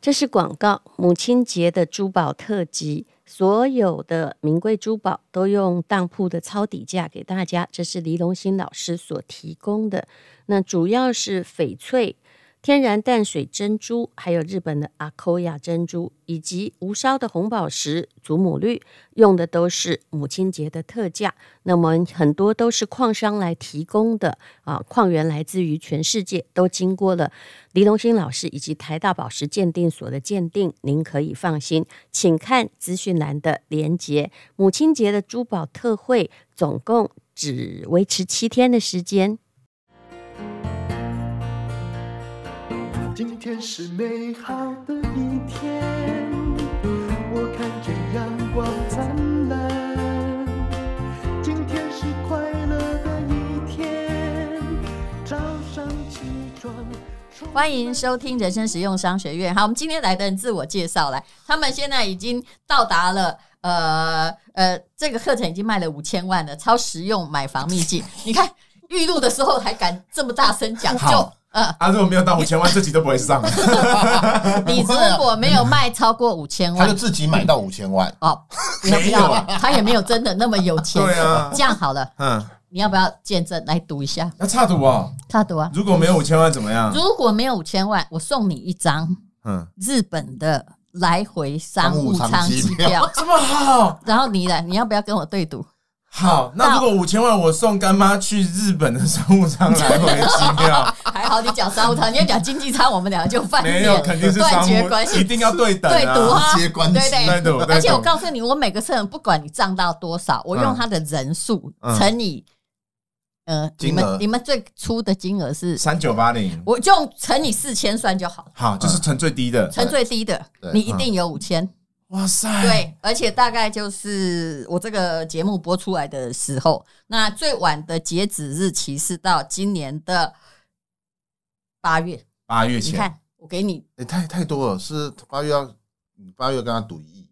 这是广告。母亲节的珠宝特辑，所有的名贵珠宝都用当铺的抄底价给大家。这是黎龙兴老师所提供的。那主要是翡翠、天然淡水珍珠，还有日本的阿科亚珍珠，以及无烧的红宝石、祖母绿，用的都是母亲节的特价。那么很多都是矿商来提供的啊，矿源来自于全世界，都经过了黎龙兴老师以及台大宝石鉴定所的鉴定，您可以放心。请看资讯栏的连结。母亲节的珠宝特惠总共只维持七天的时间。今天是美好的一天，我看见阳光灿烂。今天是快乐的一天，早上起床。充欢迎收听人生实用商学院。好，我们今天来的人自我介绍来，他们现在已经到达了。呃呃，这个课程已经卖了五千万了，超实用买房秘 籍。你看预录的时候还敢这么大声讲，就好呃，啊，如果没有到五千万，这集都不会 上。你如果没有卖超过五千他就万，自己买到五千万，哦，不要不没有啊要，他也没有真的那么有钱。 对啊这样好了，嗯，你要不要见证来读一下？那差赌哦，他读啊，如果没有五千万怎么样？如果没有五千万，我送你一张嗯，日本的来回商务舱机商务舱机票票。这么好，然后你呢？你要不要跟我对 赌？好，那如果五千万，我送干妈去日本的商务舱来回机票，还好你讲商务舱，你要讲经济舱，我们俩就翻脸，没 有，肯定是断商绝关务，系，一定要对等对赌啊，啊，直接关机对对对赌，而对且我赌。告诉你，我每个客人不管你涨到多少，我用他的人数嗯乘以呃，你金额们你们最初的金额是，三九八零，我就用乘以四千算就好了，好，就是乘最低的。乘最低的对，嗯你一定有五千。哇塞，，对，而且大概就是我这个节目播出来的时候，那最晚的截止日期是到今年的八月。八月你前，看，我给你哎、太太多了，是八月要你八月跟他赌一亿，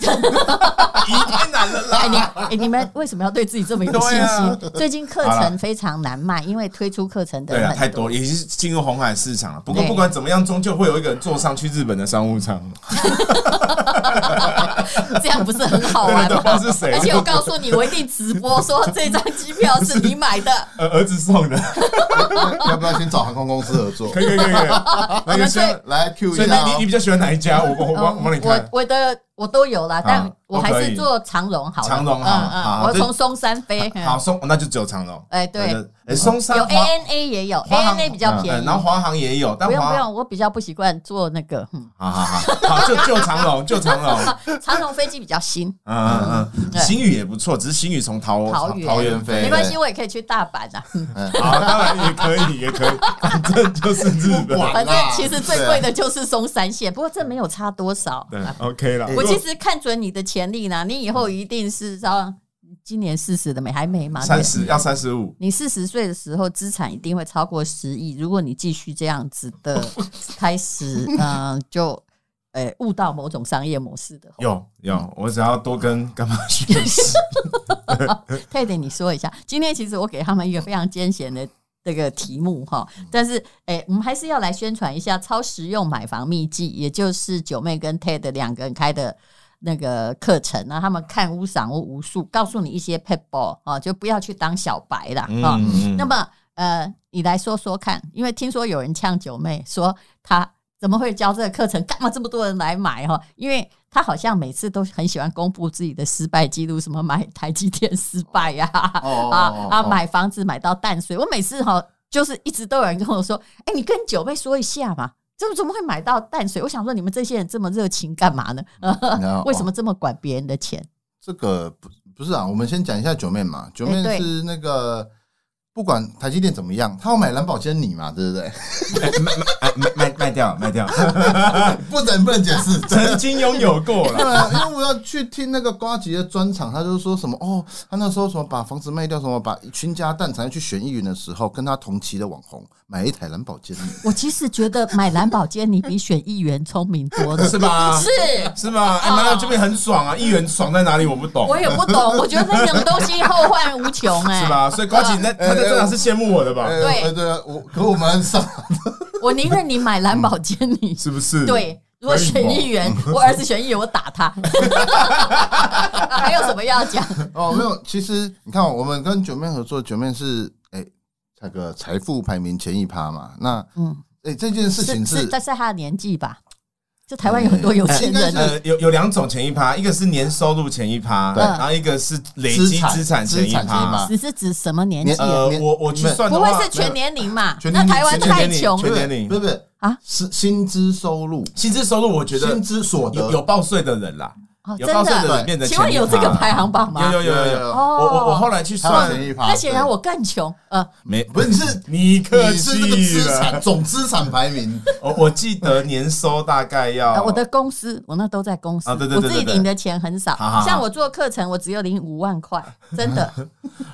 一太难了 哎、你啦。哎、你 们为什么要对自己这么有信心？对啊最近课好程啦非常难卖，因为推出课程的对人啊，很太多，也是进入红海市场了。不过对不管怎么样，终究会有一个人坐上去日本的商务舱。 这样不是很好对玩 对对，啊不知道吗？是谁。而且我告诉你，我一定直播说这张机票是你买的，呃儿子送的，要不要先找航空公司合作可？以可以可以。可以那个 是，来 Q 一所以下、你你你哦，比较喜欢哪一家？我 我我帮我帮你嗯我看。我的我都有啦，但啊我还是做长荣好了。嗯长荣好啊好我这从松山飞。嗯好松，那就只有长荣。哎，对，有呃，哎松山 ANA 也有华航，ANA 比较便嗯宜。然后华航也有，但不用不华用，我比较不习惯坐那个， 嗯，好好好，好就就长 荣，就长荣。长荣飞机比较新，嗯嗯嗯，对新宇也不错，只是新宇从桃桃园桃园飞嗯对没，关系，我也可以去大阪啊。好，当然也可以，也可以， 反正就是日本。反正其实最贵的就是松山线，不过这没有差多少。对啊，OK 了。我其实看准你的潜力呢，你以后一定是到今年四十的没还没嘛？对三十要三十五，你四十岁的时候，资产一定会超过十亿。如果你继续这样子的开 始，嗯、就呃悟到某种商业模式的话，有有，我只要多跟干妈学 习。佩德，你说一下，今天其实我给他们一个非常艰险的这个题目哈，但是诶、我们还是要来宣传一下超实用买房秘籍，也就是九妹跟 Ted 两个人开的。那个课程那他们看屋赏屋无数，告诉你一些 p e b b l e 啊，就不要去当小白啦啊、嗯那么呃，你来说说看，因为听说有人呛九妹说她怎么会教这个课程，干嘛这么多人来买哈？因为她好像每次都很喜欢公布自己的失败记录，什么买台积电失败呀、啊，哦啊哦啊哦买房子买到淡水，我每次哈就是一直都有人跟我说，哎、你跟九妹说一下嘛。怎么怎么会买到淡水？我想说，你们这些人这么热情干嘛呢？哦为什么这么管别人的钱？这个不不是啊，我们先讲一下九妹嘛，九妹哎对是那个、不管台积电怎么样，他要买兰宝坚尼嘛，对不对？ 哎卖卖卖卖卖掉卖掉，不能不能解 释，真的曾经拥有过了。对啊，因为我要去听那个瓜吉的专场，他就是说什么哦，他那时候什么把房子卖掉，什么把倾家荡产去选议员的时候，跟他同期的网红买一台蓝宝坚尼，我其实觉得买蓝宝坚尼比选议员聪明多 了， 是啊吧？是，哦是吧？哎，妈，这边很爽啊！议员爽在哪里？我不 懂我，也不懂，我觉得那种东西后患无穷哎、是吧？所以瓜姐那他在这场是羡慕我的吧？哎对哎对啊，我可我们上我宁愿你买蓝宝坚尼，是不是？对，如果选议员，哦我儿子选议员，我打他。 还有什么要讲？哦，没有，其实你看，我们跟九妹合作，九妹是哎、那个财富排名前一趴嘛。那嗯，哎、这件事情是，是但是他的年纪吧，就台湾有很多有钱应该人是啊，呃，有有两种前一趴，一个是年收入前一趴，对然后一个是累积资产前一资产前一趴趴。只是指什么年纪？年嗯呃，年我我去算的不话，呃会是全年龄嘛？全那年龄台湾全太年龄穷全了年。龄不是不是啊是薪资收入，薪资收入，我觉得薪资所得有有报税的人啦，哦有真报税的的人变成请问前一有趴这个排行榜吗？有有啊有有有。有，我哦，我我后来去算，一趴那显然我更穷。呃，没不是你是你客你是气那个资了产。总资产排名，我哦我记得年收大概要呃我的公司，我那都在公司，哦啊对对我对自己对对领的钱很少好好。好像我做课程，我只有领五万 块，真的。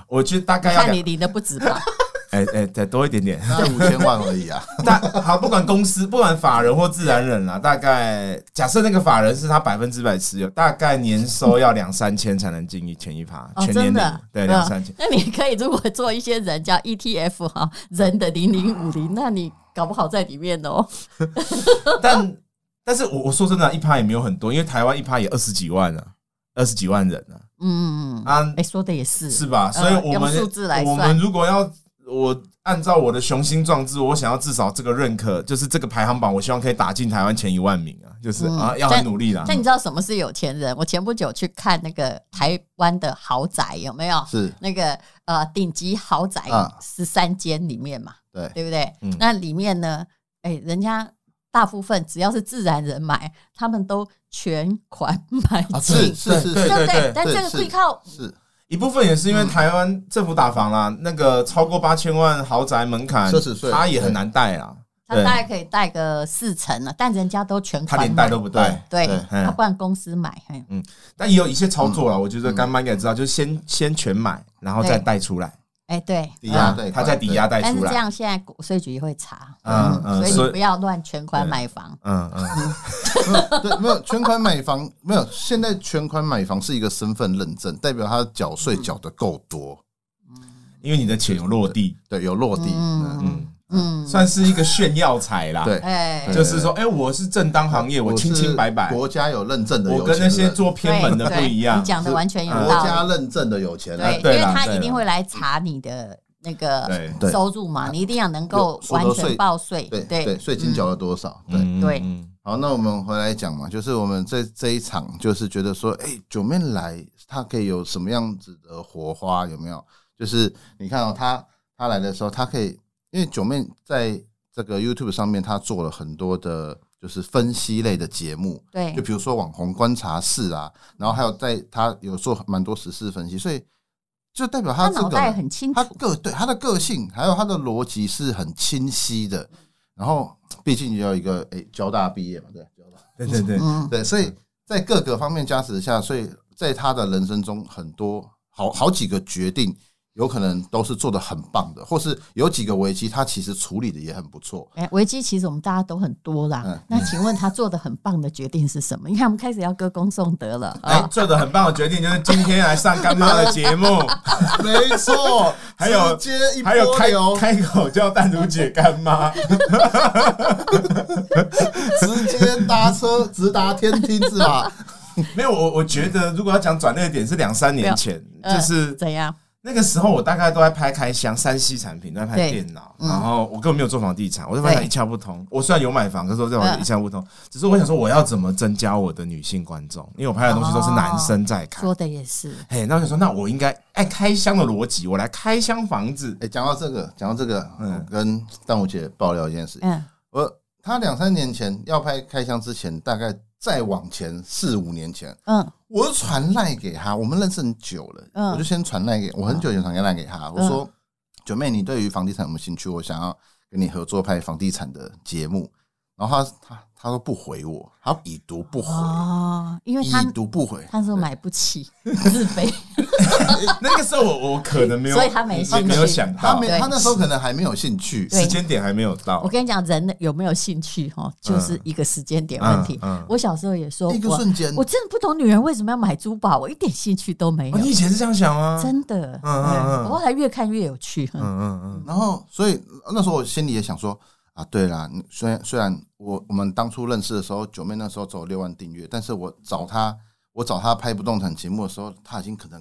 我觉得大概要看两你领的不止 吧？哎哎再多一 点点。那五千万而已啊。大好，不管公司，不管法人或自然人啦，大概假设那个法人是他百分之百持有，大概年收要两三千才能进一前一趴，哦，全真年的龄，对两三千嗯。那你可以如果做一些人叫 ETF 哈，人的零零五零，那你搞不好在里面哦。但但是我我说真的啊，一趴也没有很多，因为台湾一趴也二十几万啊，二十几万人啊，嗯，啊哎，说的也是，是吧？所以我用们、数字来我算们如果要我按照我的雄心壮志，我想要至少这个认可，就是这个排行榜，我希望可以打进台湾前一万名啊，就是、嗯啊要但很努力啦。但你知道什么是有钱人？我前不久去看那个台湾的豪宅，有没有？是那个呃顶级豪宅啊十三间里面嘛，对，对不对？嗯那里面呢，哎、人家大部分只要是自然人买，他们都全款买啊进，是是是对对不对对但这个是会靠是一部分也是嗯因为台湾政府打房啦，那个超过八千万豪宅门槛，奢侈税他也很难贷啊，他大概可以贷个四成了，但人家都全他款连贷买，都不贷。对，对嗯他不然公司买，嘿但也有一些操作嗯啦，我觉得干妈应该知道，就是先先全买，然后再对贷出来，哎、对。抵押嗯贷款，他再抵押贷但是出这来。样，现在国税局也会查，嗯嗯所以所以你不要乱全款对买房。嗯嗯，对没有对，没有全款买房，没有现在全款买房是一个身份认证，代表他缴税缴的够多，因为你的钱有落地，对，有落地，嗯嗯，嗯，嗯，算是一个炫耀财啦。对，哎、对就是说，哎，我是正当行业，我是清清白白，国家有认证的有我钱人，跟那些做偏门的对不对一样嗯你。讲的完全有国道家理。认证的有钱人对，，对因为啦他对一定啦会来查你的那个对，对收入嘛，你一定要能够所完得全税报税。对对，税金缴了多少？对，嗯对嗯好，那我们回来讲嘛，就是我们这这一场，就是觉得说，哎、九妹来，她可以有什么样子的火花？有没有？就是你看哦，她她来的时候，她可以，因为九妹在这个 YouTube 上面，她做了很多的，就是分析类的节目，对嗯就比如说网红观察室啊，然后还有在她有做蛮多时事分析，所以就代表他她这脑个袋很清他楚，个对他的个性还有他的逻辑是很清晰的。然后，毕竟也有一个诶、交大毕业嘛，对，交大对对对，嗯， 对，所以在各个方面加持下，所以在他的人生中，很多好好几个决定，有可能都是做的很棒的，或是有几个危机，他其实处理的也很不错。哎，危机其实我们大家都很多啦嗯。那请问他做的很棒的决定是什么？你看，我们开始要歌功颂德了哎，啊！做的很棒的决定就是今天来上干妈的节目， 没 错，还有直接一还有波开流，开口叫淡如姐干妈， 直接搭车直达天梯是 吧？没有我我觉得如果要讲转捩点是两三年前，没有嗯就是怎样？那个时候我大概都在拍开箱、山西产品，都在拍对嗯电脑，然后我根本没有做房地产，我就发现对一窍不通。我虽然有买房，可是我在嗯房一窍不通，只是我想说我要怎么增加我的女性观众，因为我拍的东西都是哦男生在看。说的也是，嘿，那我想说，那我应该按开箱的逻辑，我来开箱房子哎、。讲到这个，讲到这个，嗯我跟蛋舞姐爆料一件事情。嗯，我他两三年前要拍开箱之前，大概再往前四五年前，嗯，我就传赖给他，我们认识很久了，嗯我就先传赖给我很久以前传赖给他，我说、九妹，你对于房地产有没有兴趣？我想要跟你合作拍房地产的节目。然后他他他说不回我，他已读不回，哦，因为他已读不回。他说买不起，自卑，哎那个时候我 我可能没有，嗯所以他没兴趣没有想他到没，对他那时候可能还没有兴趣。对时间点还没有到我。跟你讲，人有没有兴趣哈，就是一个时间点问题嗯嗯。我小时候也说一个过，瞬间我真的不懂女人为什么要买珠宝，我一点兴趣都没有哦，，你以前是这样想吗？真的。哎嗯嗯嗯嗯我后来越看越有趣。嗯嗯嗯，呃然后，所以那时候我心里也想说，啊，对啦，嗯虽然虽然我我们当初认识的时候，九妹那时候只有六万订阅，但是我找她，我找她拍不动产节目的时候，她已经可能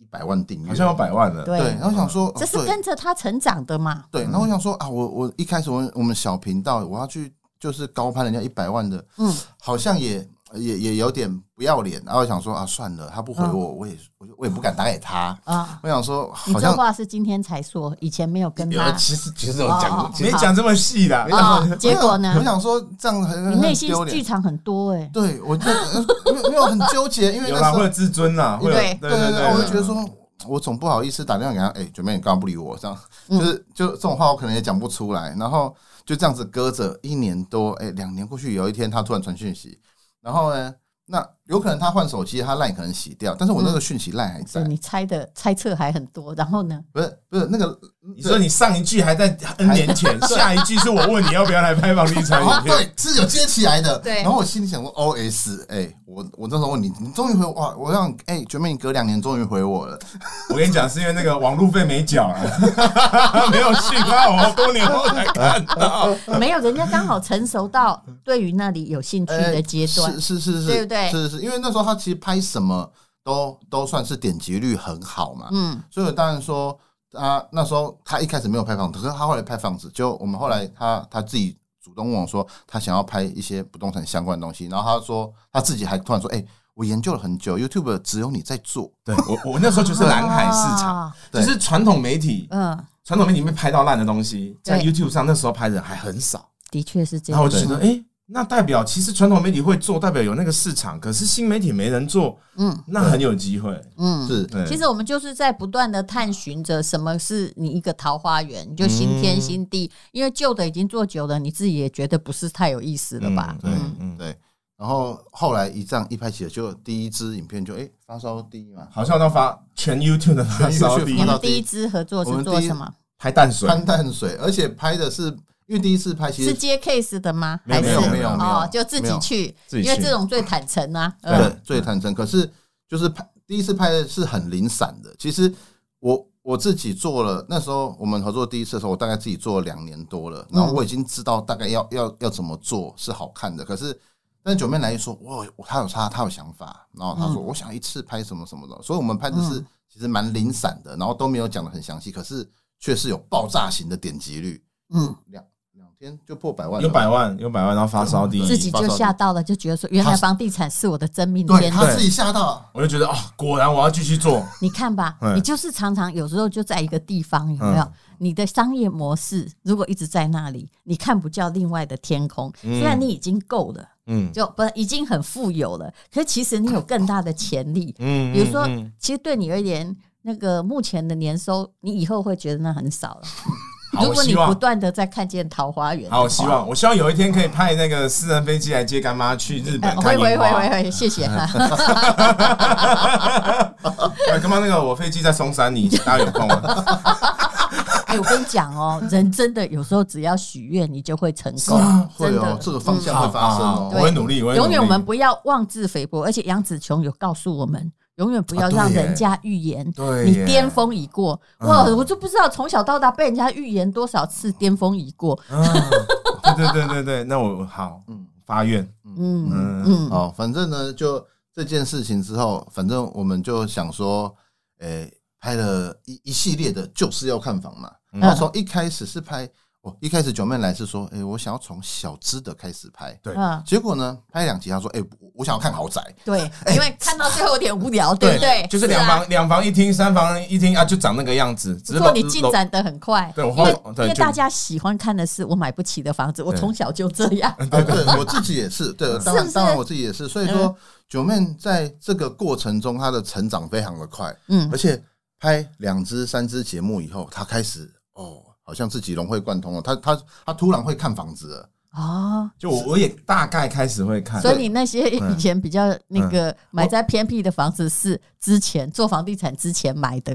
一百万订阅，嗯好像有百万 了。对对，然后想说，哦这是对跟着他成长的嘛？对，然后我想说啊，我我一开始我我们小频道我要去就是高攀人家一百万的，嗯，好像也也也有点不要脸，然后我想说啊，算了，他不回我，我也我就我也不敢打给他，啊，我想说嗯你好这像话是今天才说，以前没有跟有他的其实其实我哦讲哦过，没讲这么细啦，哦没讲啊，结果呢 我？想说这样很你内心很丢剧脸，场很多哎，对我就呃没有没有很纠结，因为 有那啦，时会候有自尊啦，会有对对对对对，对，我就觉得说。我总不好意思打电话给他，哎、九妹，你干嘛不理我？这样就是就这种话，我可能也讲不出来。然后就这样子搁着一年多，哎、两年过去，有一天他突然传讯息，然后呢，那有可能他换手机，他 line 可能洗掉，但是我那个讯息 line 还所在，以你猜的猜测还很多。然后呢？不是不是那个，你说你上一句还在 N 年前，下一句是我问你要不要来拍房地产哦影片，对，是有接起来的，对然后我心里想说，O S，哎、我我那时候问你，你终于回我哇，我让哎、九妹，你隔两年终于回我了，我跟你讲，是因为那个网路费没缴啊， 没有信号，我多年后才看到。没有，人家刚好成熟到对于那里有兴趣的阶段呃哎是。是是是，对不对是是，因为那时候他其实拍什么都都算是点击率很好嘛，嗯，所以我当然说他那时候他一开始没有拍房子，可是他后来拍房子，就我们后来他他自己主动问我说他想要拍一些不动产相关的东西，然后他说他自己还突然说，哎、我研究了很久，YouTube 只有你在做，对我，我那时候就是蓝海市场，啊，就是传统媒体，嗯，传统媒体被拍到烂的东西，在对 YouTube 上那时候拍的人还很少。的确是这然后样我。就觉得，哎、那代表其实传统媒体会做，代表有那个市场，可是新媒体没人做，嗯那很有机会。嗯，是对，其实我们就是在不断的探寻着什么是你一个桃花源，你就新天新地，嗯因为旧的已经做久了，你自己也觉得不是太有意思了吧？嗯嗯，嗯，对。然后后来一这样一拍起来，就第一支影片就哎、发烧第一嘛，好像到发全 YouTube 的发烧第你一全 YouTube 们第一支合作是做什么？拍淡水，潘淡水，而且拍的是因为第一次拍其是实接 case 的吗？没有还是没有没有没有哦，就自没己有去，自己因为去这种最坦诚啊。对嗯对，最坦诚。可是就是拍第一次拍的是很零散的。其实我我自己做了，那时候我们合作第一次的时候，我大概自己做了两年多了，嗯然后我已经知道大概要要要怎么做是好看的。可是但是九妹来说，哇，她有她她有想法，然后嗯她说我想一次拍什么什么的，所以我们拍的是其实蛮零散的，然后都没有讲的很详细，可是却是有爆炸型的点击率，嗯，两两天就破百万有了，百万，有百万，然后发烧第一，自己就吓到了，就觉得说，原来房地产是我的真命对天她子。自己吓到。我就觉得哦，果然我要继续做。你看吧，嗯你就是常常有时候就在一个地方，有没有？你的商业模式如果一直在那里，你看不到另外的天空。虽然你已经够了，嗯就不已经很富有了，可其实你有更大的潜力。嗯比如说嗯，其实对你而言，那个目前的年收，你以后会觉得那很少了。好，如我果你希不望。断的在看见桃花源的话，哦好，我希望，我希望有一天可以派那个私人飞机来接干妈去日 哎。本会看会会樱花。会会，谢 谢哈。哎，干妈那个我飞机在松山，你大家有空吗？哎，我跟你讲哦，人真的有时候只要许愿，你就会成是功。啊，会真的嗯哦，这个方向会发好生好好哦。我会努力，我会努力永远我们不要妄自菲薄，而且杨紫琼有告诉我们，永远不要啊对让耶人家预言。对你耶嗯巅峰已过，哇！我就不知道从小到大被人家预言多少次巅峰已过。啊对对对对对，那我好，嗯，发愿，嗯嗯，嗯，哦，反正呢，就这件事情之后，反正我们就想说，诶、拍了一一系列的，就是要看房嘛。然后从一开始是拍，哦，一开始九妹来是说，诶、我想要从小资的开始拍。对嗯，结果呢，拍两集，她说，诶、我我想要看豪宅。对，因为看到最后有点无聊，对不对？哎就是啊两房两房一厅，三房一厅啊，就长那个样子。只不是过楼你进展的很快，对我因为后因对为就大家喜欢看的是我买不起的房子，我对从小就这 样。啊，对我自己也是，对，嗯当是不嗯然是当然我自己也是。所以说，九妹在这个过程中，她的成长非常的快，嗯而且拍两支、三支节目以后，她开始哦，好像自己融会贯通了。她她她突然会看房子了，啊哦，就我我也大概开始会看，所以你那些嗯以前比较那个买在偏僻的房子，是之前做房地产之前买的。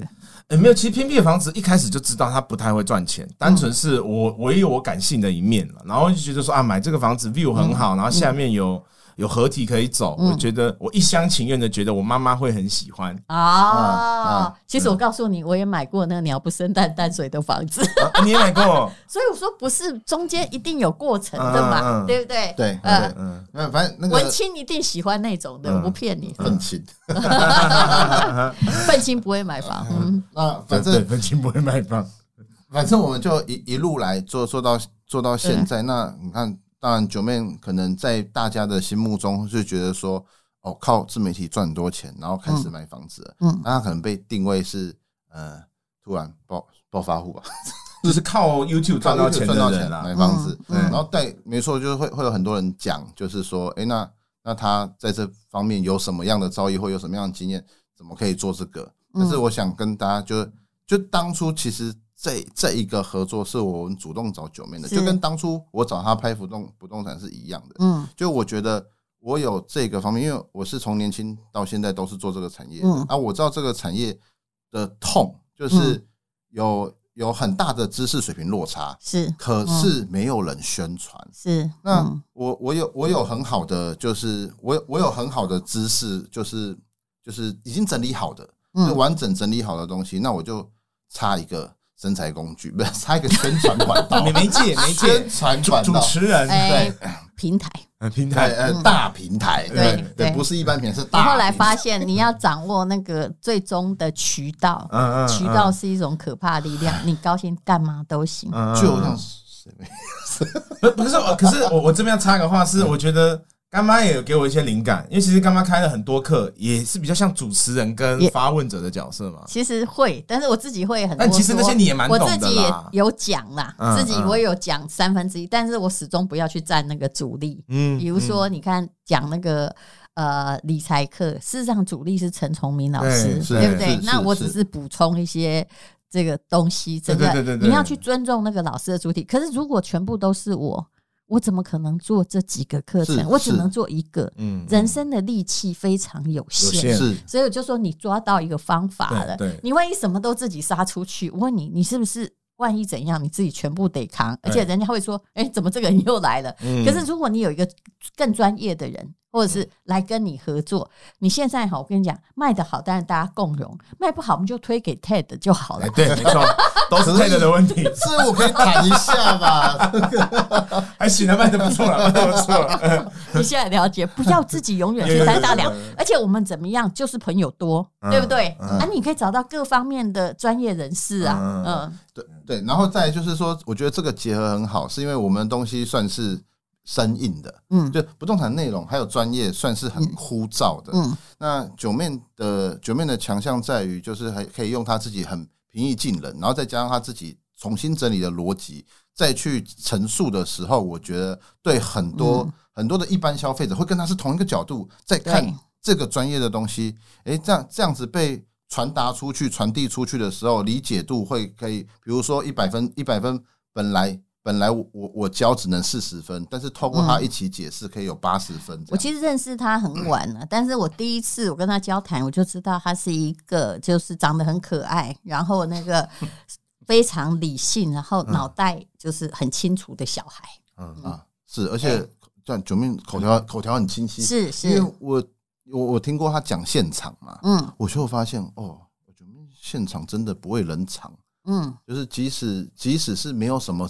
欸没有，其实偏僻的房子一开始就知道它不太会赚钱，单纯是嗯我我也有我感性的一面了，然后就觉得说啊，买这个房子 view 很好，然后下面有有合体可以走，我觉得我一厢情愿的觉得我妈妈会很喜欢。啊、嗯嗯其实我告诉你，我也买过那个鸟不生蛋淡水的房子，啊你也买 过？所以我说不是中间一定有过程的嘛，嗯嗯嗯对不对？对呃对，嗯，那反正那文个青一定喜欢那种的，嗯我不骗你， 愤青， 愤青不会买房，嗯，那反对，正分青不会卖房。反正我们就一一路来做做到做到现在。那你看，当然九妹可能在大家的心目中是觉得说，哦，靠自媒体赚很多钱，然后开始买房子了，嗯嗯那她可能被定位是呃突然爆暴发户吧，就是靠 YouTube 赚到钱哎赚到的钱啊人啊啦买。房子，嗯嗯然后对，没错，就是会会有很多人讲，就是说，哎、那那他在这方面有什么样的遭遇，或有什么样的经验，怎么可以做这个？但嗯是我想跟大家就就当初其实这这一个合作是我们主动找九妹的，是就跟当初我找他拍不动不动产是一样的。嗯就我觉得我有这个方面，因为我是从年轻到现在都是做这个产业，嗯啊，我知道这个产业的痛就是嗯有、有很大的知识水平落差，是可是没有人宣传。是，那嗯我我有我有很好的，就是我有我有很好的知识，就是就是已经整理好的，嗯就完整整理好的东西，那我就差一个身材工具， 不是差一个宣传管道 你，媒介媒介宣传主管主道。持人哎，平台。呃平对，台，呃，大平台，嗯对对对，不是一般平台，是我大平台。后来发现，你要掌握那个最终的渠道，嗯嗯，渠道是一种可怕的力量，你高兴干嘛都行。嗯，嗯就像不不是，呃可是我我这边要插个话是，我觉得干妈也有给我一些灵感，因为其实干妈开了很多课，也是比较像主持人跟也发问者的角色嘛。其实会，但是我自己会很多但说。其实那些你也蛮我懂自的己也啦。有讲啦，嗯自己我有讲三分之一，但是我始终不要去占那个主力。嗯比如说，你看讲那个呃理财课，事实上主力是陈崇明老师对，是对不对是？是那我只是是补充一些这个东西，真对对对的对对你要去尊重那个老师的主体。可是如果全部都是我，我怎么可能做这几个课程是？我只是能做一个。嗯人生的力气非常有有限限，是所以我就说你抓到一个方法了对对，你万一什么都自己杀出去，我问你，你是不是万一怎样，你自己全部得扛？而且人家会说，哎、怎么这个人又来了？嗯可是如果你有一个更专业的人，或者是来跟你合作，你现在哈，我跟你讲，卖的好，当然大家共荣；卖不好，我们就推给 TED 就好了哎。对，没 错，都是 Ted 的问题，这我可以谈一 下吧？还行啊，卖的不错 了，卖的不错了。你现在了 解，不要自己永远去担大梁。而且我们怎么样，就是朋友多，呃嗯对不对？嗯啊，你可以找到各方面的专业人士啊，嗯嗯，对对，然后再来就是说，我觉得这个结合很好，是因为我们的东西算是生硬的，嗯就不动产内容还有专业算是很枯燥的。嗯，那九面的九面的强项在于，就是还可以用他自己很平易近人，然后再加上他自己重新整理的逻辑，再去陈述的时候，我觉得对很多、嗯很多的一般消费者会跟他是同一个角度在看对这个专业的东西，诶，这样这样子被传达出去、传递出去的时候，理解度会可以，比如说一百分，一百分本来。本来我我我教只能四十分，但是透过他一起解释，可以有八十分这样。嗯我其实认识他嗯很晚了，但是我第一次我跟他交谈，我就知道他是一个就是长得很可爱，然后那 个非常理性，然嗯后脑袋就是很清楚的小孩。啊，是，而且像九命口条口条很清晰，哎是因是，为我我我听过他讲现场嘛，嗯我就发现哦，九命现场真的不会冷场，嗯，就是即使即使是没有什么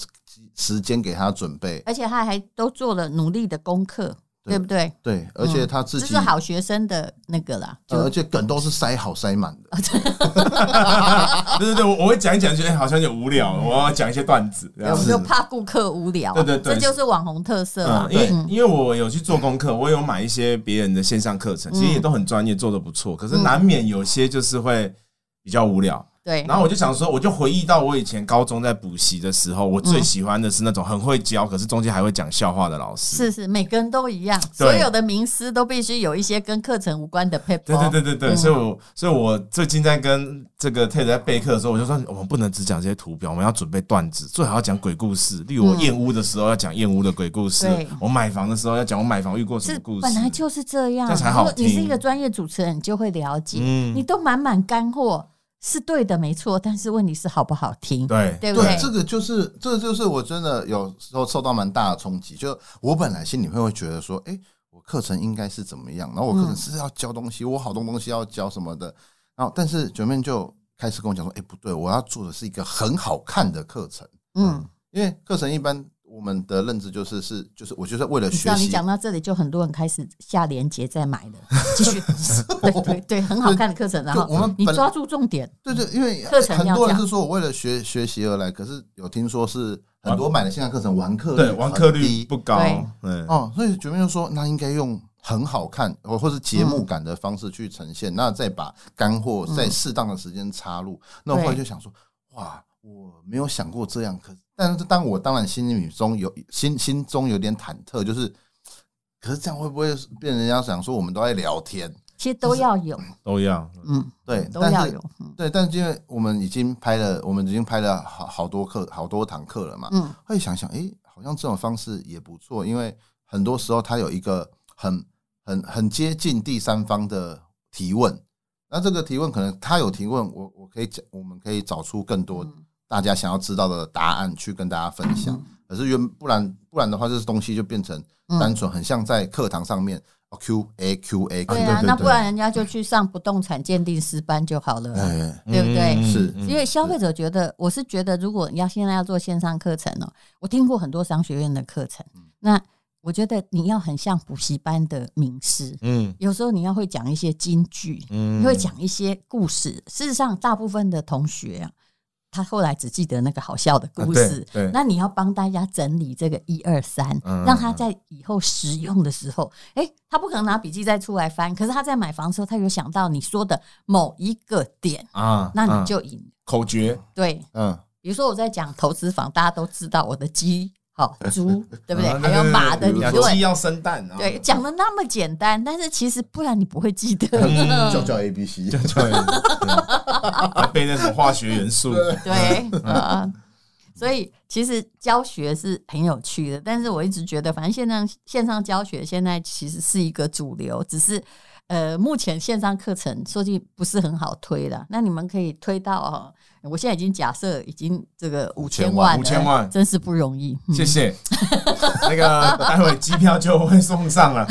时间给他准备，而且他还都做了努力的功课，对对不对？对，而且他自嗯这己是好学生的那个啦，呃，而就且梗都是塞好塞满的，对对对，我我会讲一讲，觉得哎好像有点无聊，我要讲一些段子。这对我样们子就怕顾客无聊，对对对这就是网红特色啦嗯，。因为嗯因为我有去做功课，我有买一些别人的线上课程，嗯其实也都很专业，做的不错。可是难免有些就是会比较无聊。对然后我就想说，我就回忆到我以前高中在补习的时候，我最喜欢的是那种很会教，可是中间还会讲笑话的老师。是是，每个人都一样，所有的名师都必须有一些跟课程无关的配对包。对对对对，所以我所以我最近在跟这个 Ted 在备课的时候，我就说我们不能只讲这些图表，我们要准备段子，最好要讲鬼故事。例如我验屋的时候要讲验屋的鬼故事嗯对，我买房的时候要讲我买房遇过什么是故事。本来就是这样，这样才如果好你是听一个专业主持人，你就会了解，嗯你都满满干货是对的，没错。但是问题是好不好听，对对不对对，？这个就是，这个就是我真的有时候受到蛮大的冲击。就我本来心里面会觉得说，哎、我课程应该是怎么样，然后我课程是要教东西，我好多东西要教什么的。然后，但是九妹就开始跟我讲说：“哎、不对，我要做的是一个很好看的课程，嗯，因为课程一般我们的认知就是是就是我就是为了你知学道你习，嗯讲到这里，就很多人开始下连接在买了，继续对对对，很好看的课程，然就我后们你本抓住重点，嗯对对，因为课程很要多人这样是说我为了学学习而来，可是有听说是很多买了线上课程完课率对，完课很率低不高对，对，哦，所以九妹就说那应该用很好看或或是节目嗯感的方式去呈现，那再把干货在适当的时间插入。那我后来就想说，哇，我没有想过这样，可但是当我当然心里中有心心中有点忐忑，就是。可是这样会不会被人家想说我们都在聊天？其实都要有，都要。嗯，对，都但要是有，嗯对，但是因为我们已经拍了，我们已经拍了好好多课、好多堂课了嘛，嗯，会想想，诶，好像这种方式也不错，因为很多时候它有一个很、很、很接近第三方的提问。那这个提问可能他有提问，我我可以讲，我们可以找出更多嗯大家想要知道的答案去跟大家分享。可是原不然不然的话，这东西就变成嗯单纯，很像在课堂上面哦 Q A Q A，对啊，那不然人家就去上不动产鉴定师班就好了啊，哎，对不对？嗯是嗯因为消费者觉得，我是觉得，如果你要现在要做线上课程哦，我听过很多商学院的课程，嗯那我觉得你要很像补习班的名师，嗯有时候你要会讲一些金句，嗯你会讲一些故事。事实上，大部分的同学啊，他后来只记得那个好笑的故事啊。对对那你要帮大家整理这个一二三嗯，让他在以后使用的时候，诶，他不可能拿笔记再出来翻，可是他在买房的时候，他有想到你说的某一个点，啊那啊你就赢。口诀，对，嗯，比如说我在讲投资房，大家都知道我的鸡、 好猪，对不对？啊还有马的理养鸡论。要生蛋啊，对，讲的那么简单，但是其实不然你不会记 得。 教教 A B C，嗯对，还背那什么化学元素，对啊、所以其实教学是很有趣的，但是我一直觉得，反正线上线上教学现在其实是一个主流，只是呃，目前线上课程说句不是很好推的。那你们可以推到哦，我现在已经假设已经这个五千万了， 5000万真是不容易。嗯谢谢。那个待会机票就会送上 了，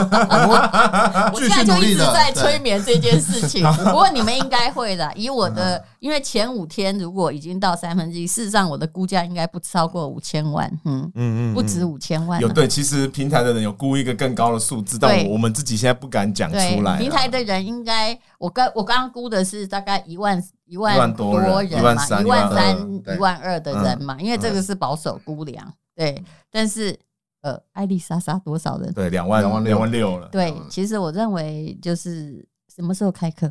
我继现在续就努一力直的，在催眠这件事情。不过你们应该会的，以我嗯的，因为前五天如果已经到三分之一，事实上我的估价应该不超过五千万，嗯，嗯不止五千万啊、有对，其实平台的人有估一个更高的数字，但对我我们自己现在不敢讲对出来啊。平台的人应该，我刚我刚刚估的是大概一万一一万多多人人嘛一万，嗯三一万一万二三对一万二的人嘛，因为这个是保守估量，对。但是呃，艾丽莎莎多少人？对嗯两万两万六两万六了，对，其实我认为就是什么时候开课？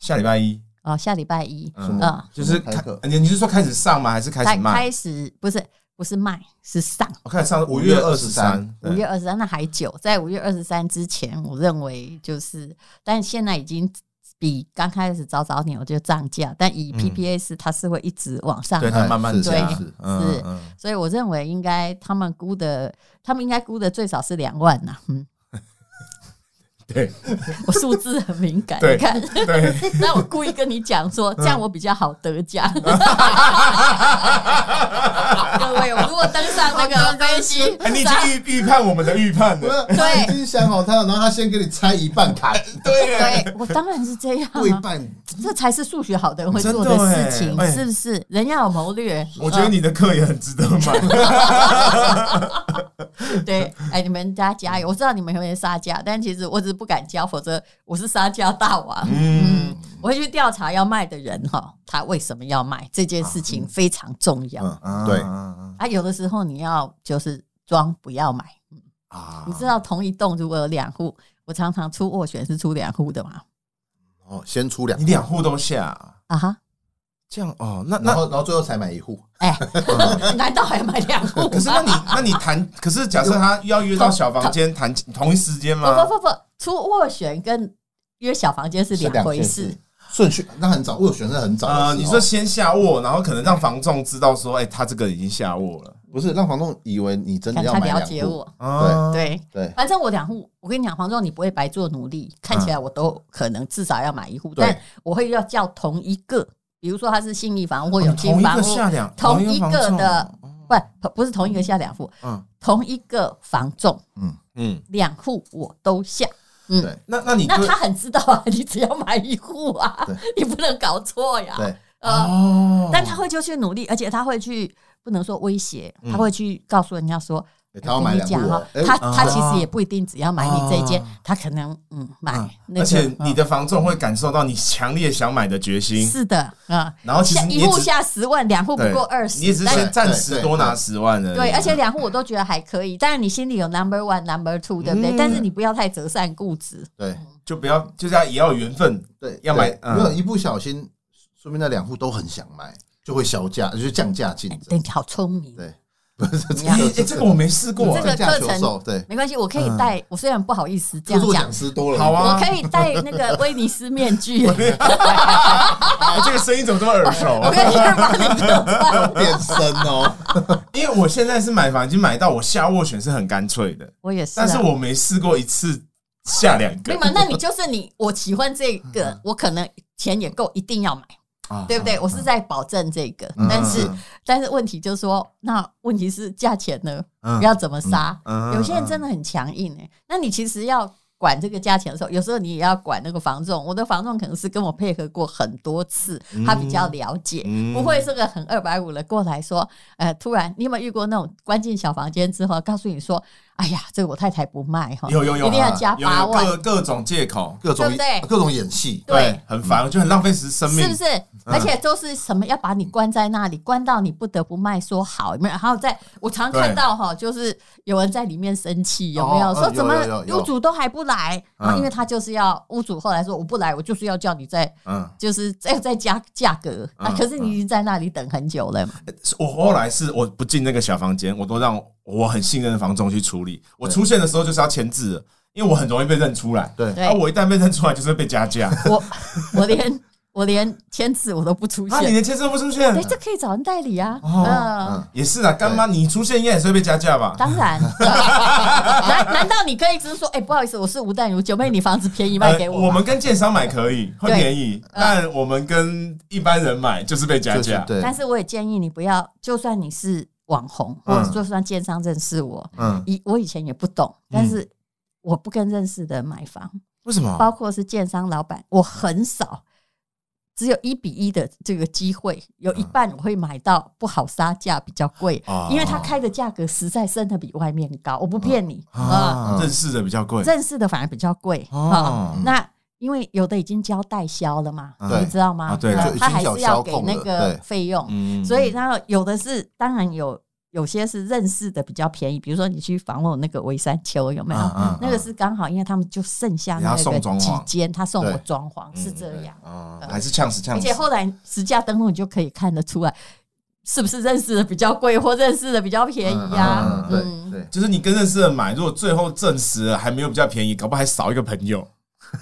下礼拜一哦，下礼拜一什嗯么哎啊，就是开开课，你你是说开始上吗？还是开开始卖开？始不是不是卖是上。我开始上五5月月二十三，五月二十三那还久，在五月二十三之前，我认为就是，但现在已经比刚开始早早鸟就涨价，但以 PPA 是它是会一直往上对的，它慢慢是加，是嗯是嗯所以我认为应该他们估的，他们应该估的最少是两万呐、嗯，对我数字很敏感，对你看，对，那我故意跟你讲说，这样我比较好得奖。各位，我如果登上那个飞机，哎，你已经预预判我们的预 判不是 了，，啊他已经想好他，然后他先给你拆一半卡，对耶 对我当然是这样、过一啊。半。这才是数学好的人会做的事真情，的欸哎是不是？人要有谋略。我觉得你的课也很值得买，呃对，哎，你们大家加油！我知道你们有点杀价，但其实我只是不敢交，否则我是杀价大王。 嗯，我会去调查要卖的人哈，他为什么要卖这件事嗯情非常重要嗯啊对啊啊。有的时候你要就是装不要买，啊你知道同一栋如果有两户，我常常出斡旋是出两户的嘛，哦，先出两你，两户都下，啊哈，这样哦，那然那后然后最后才买一户， 哎，难道还要买两户吗？可是那你那你谈，可是假设他要约到小房间谈同一时间吗不？不不不，出斡旋跟约小房间是两回事。，顺序那很早，我有选择很早的时候。呃，你说先下卧，然后可能让房仲知道说，哎，他这个已经下卧了，不是让房东以为你真看的要他买了两解户？嗯我，啊，对，对反正我两户，我跟你讲，黄总，你不会白做努力，看起来我都可能至少要买一户，对但我会要叫同一个，比如说他是信义房或哦有同金一房个屋，下两同一一房个仲哦的不不是同一个下两户，嗯同一个房仲，嗯，嗯，两户我都下。对那那你那对他很知道啊，你只要买一户啊对，你不能搞错呀。对，呃，哦，但他会就去努力，而且他会去不能说威胁，嗯他会去告诉人家说。对他要我买跟你两户讲哦哈，哎他啊他其实也不一定只要买你这一间啊，他可能嗯买嗯，那而且你的的房仲会感受到你强烈想买的决心，是的啊，然后其实下你一也户只下十万，两户不对过二你也十只，是但先暂时对多拿对十万而已。对，而且两户我都觉得还可以，但是你心里有 number one、number two，对不对？嗯但是你不要太折善固执，对就不要，就是要也要有缘分。对，要买对嗯没有一不小心，说明那两户都很想买，就会小价，就是降价竞哎对争。你好聪明，对， 不是这你要个哎，这个我没试过这个降价求课程售，对，没关系，我可以带。嗯我虽然不好意思这著样作讲讲，师多了，好啊我可以戴那个威尼斯面 具，我 可以哎，这个声音怎么这么耳熟？哦把 你的要变身哦。因为我现在是买房已经买到我下斡旋是很干脆的，我也是、啊，但是我没试过一次下两没个有，。那你就是你，我喜欢这嗯个，我可能钱也够，一定要买，啊对不嗯对？我是在保证这个，嗯但是但是问题就是说，那问题是价钱呢，嗯要怎么杀？嗯嗯有些人真的很强硬哎、那你其实要。管这个价钱的时候，有时候你也要管那个房仲。我的房仲可能是跟我配合过很多次，他比较了解，嗯不会是个很二百五的过来说，呃，突然你有没有遇过那种关进小房间之后，告诉你说，哎呀，这个我太太不卖哈，有有有，一定要加有有八万，各各种借口，各种对不对各种演戏，对，很烦，我觉得很浪费时生命嗯是不。是？而且都是什么要把你关在那里，关到你不得不卖，说好有没有？还有在我常看到哈，就是有人在里面生气，有没有？哦说有怎么有有有屋主都还不来？嗯然后因为他就是要屋主后来说我不来，我就是要叫你再嗯，就是再再加价格啊！可是你已经在那里等很久了嘛，我后来是我不进那个小房间，我都让我很信任的房仲去处理。我出现的时候就是要签字了，因为我很容易被认出来。对对啊，我一旦被认出来就是会被 加价。 我我连我连签字我都不出啊，你现，连签字都不出现对，，这可以找人代理啊，哦嗯。嗯，也是啊，干妈你出现应该也是会被加价吧？当 然，难难道你可以只是说，哎、不好意思，我是吴淡如，九妹，你房子便宜卖给我呃吗、我们跟建商买可以，会对嗯便宜，但我们跟一般人买就是被加就是价。对，但是我也建议你不要，就算你是网红，嗯或者就算建商认识我，嗯，以我以前也不懂，嗯但是我不跟认识的人买房，为什么包括是建商老板，我很少。只有一比一的这个机会，有嗯一半我会买到不好杀价，比较贵，哦啊因为他开的价格实在真的比外面高，我不骗你啊。嗯啊？认识的比较贵。认识的反而比较贵啊、哦那因为有的已经交代销了嘛，对你知道吗？啊对呃就已经他还有是要销给控那了个对费用，嗯所以然后有的是，当然有有些是认识的比较便宜，比如说你去访问那个围山丘有没有？嗯嗯那个是刚好，因为他们就剩下给他那送个装潢几间，他送我对装潢是这样，啊，嗯还是呛死呛而死且。后来实价登录你就可以看得出来，是不是认识的比较贵或认识的比较便宜啊？嗯嗯对就是你跟认识的买，如果最后证实了还没有比较便宜，搞不好还少一个朋友。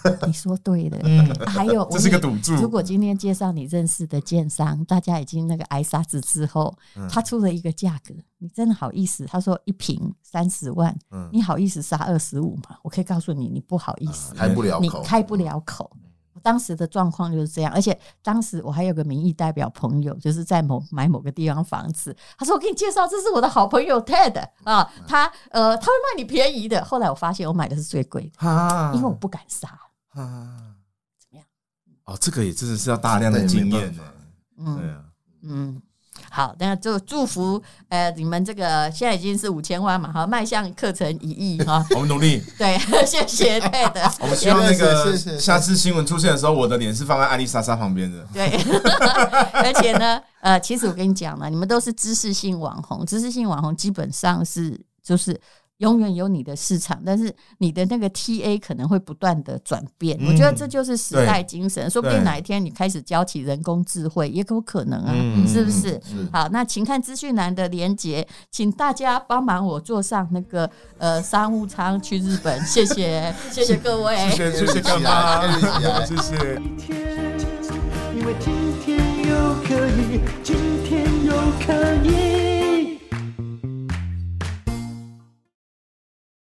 你说对了，嗯，还有， 这是个我赌注如果今天介绍你认识的建商，大家已经那个挨杀子之后，嗯他出了一个价格，你真的好意思？他说一瓶三十万，嗯你好意思杀二十五吗？我可以告诉你，你不好意思，对，啊开不了你口，嗯开不了口。我当时的状况就是这样，而且当时我还有个民意代表朋友，就是在某买某个地方房子，他说我给你介绍，这是我的好朋友 Ted 啊，嗯他呃他会卖你便宜的。后来我发现我买的是最贵的，啊因为我不敢杀。啊，怎么样？哦，这个也真的是要大量的对经没验办法嗯对。啊，。嗯，好，那就祝福呃你们这个现在已经是五千万嘛，哈，迈向课程一亿哈我们努力。对，谢 谢对的，我们希望那个谢谢谢谢下次新闻出现的时候，我的脸是放在艾丽莎莎旁边的。对， 而且呢，呃，其实我跟你讲了，你们都是知识性网红，知识性网红基本上是就是。永远有你的市场，但是你的那个 TA 可能会不断的转变，嗯我觉得这就是时对代精神。说不定对哪一天你开始教起人工智慧，也有可能啊，嗯是不是？是好，那请看资讯栏的连接，请大家帮忙我坐上那个呃商务舱去日本，谢谢，谢谢各位，谢谢谢谢干妈，谢谢谢谢。一天，因为今天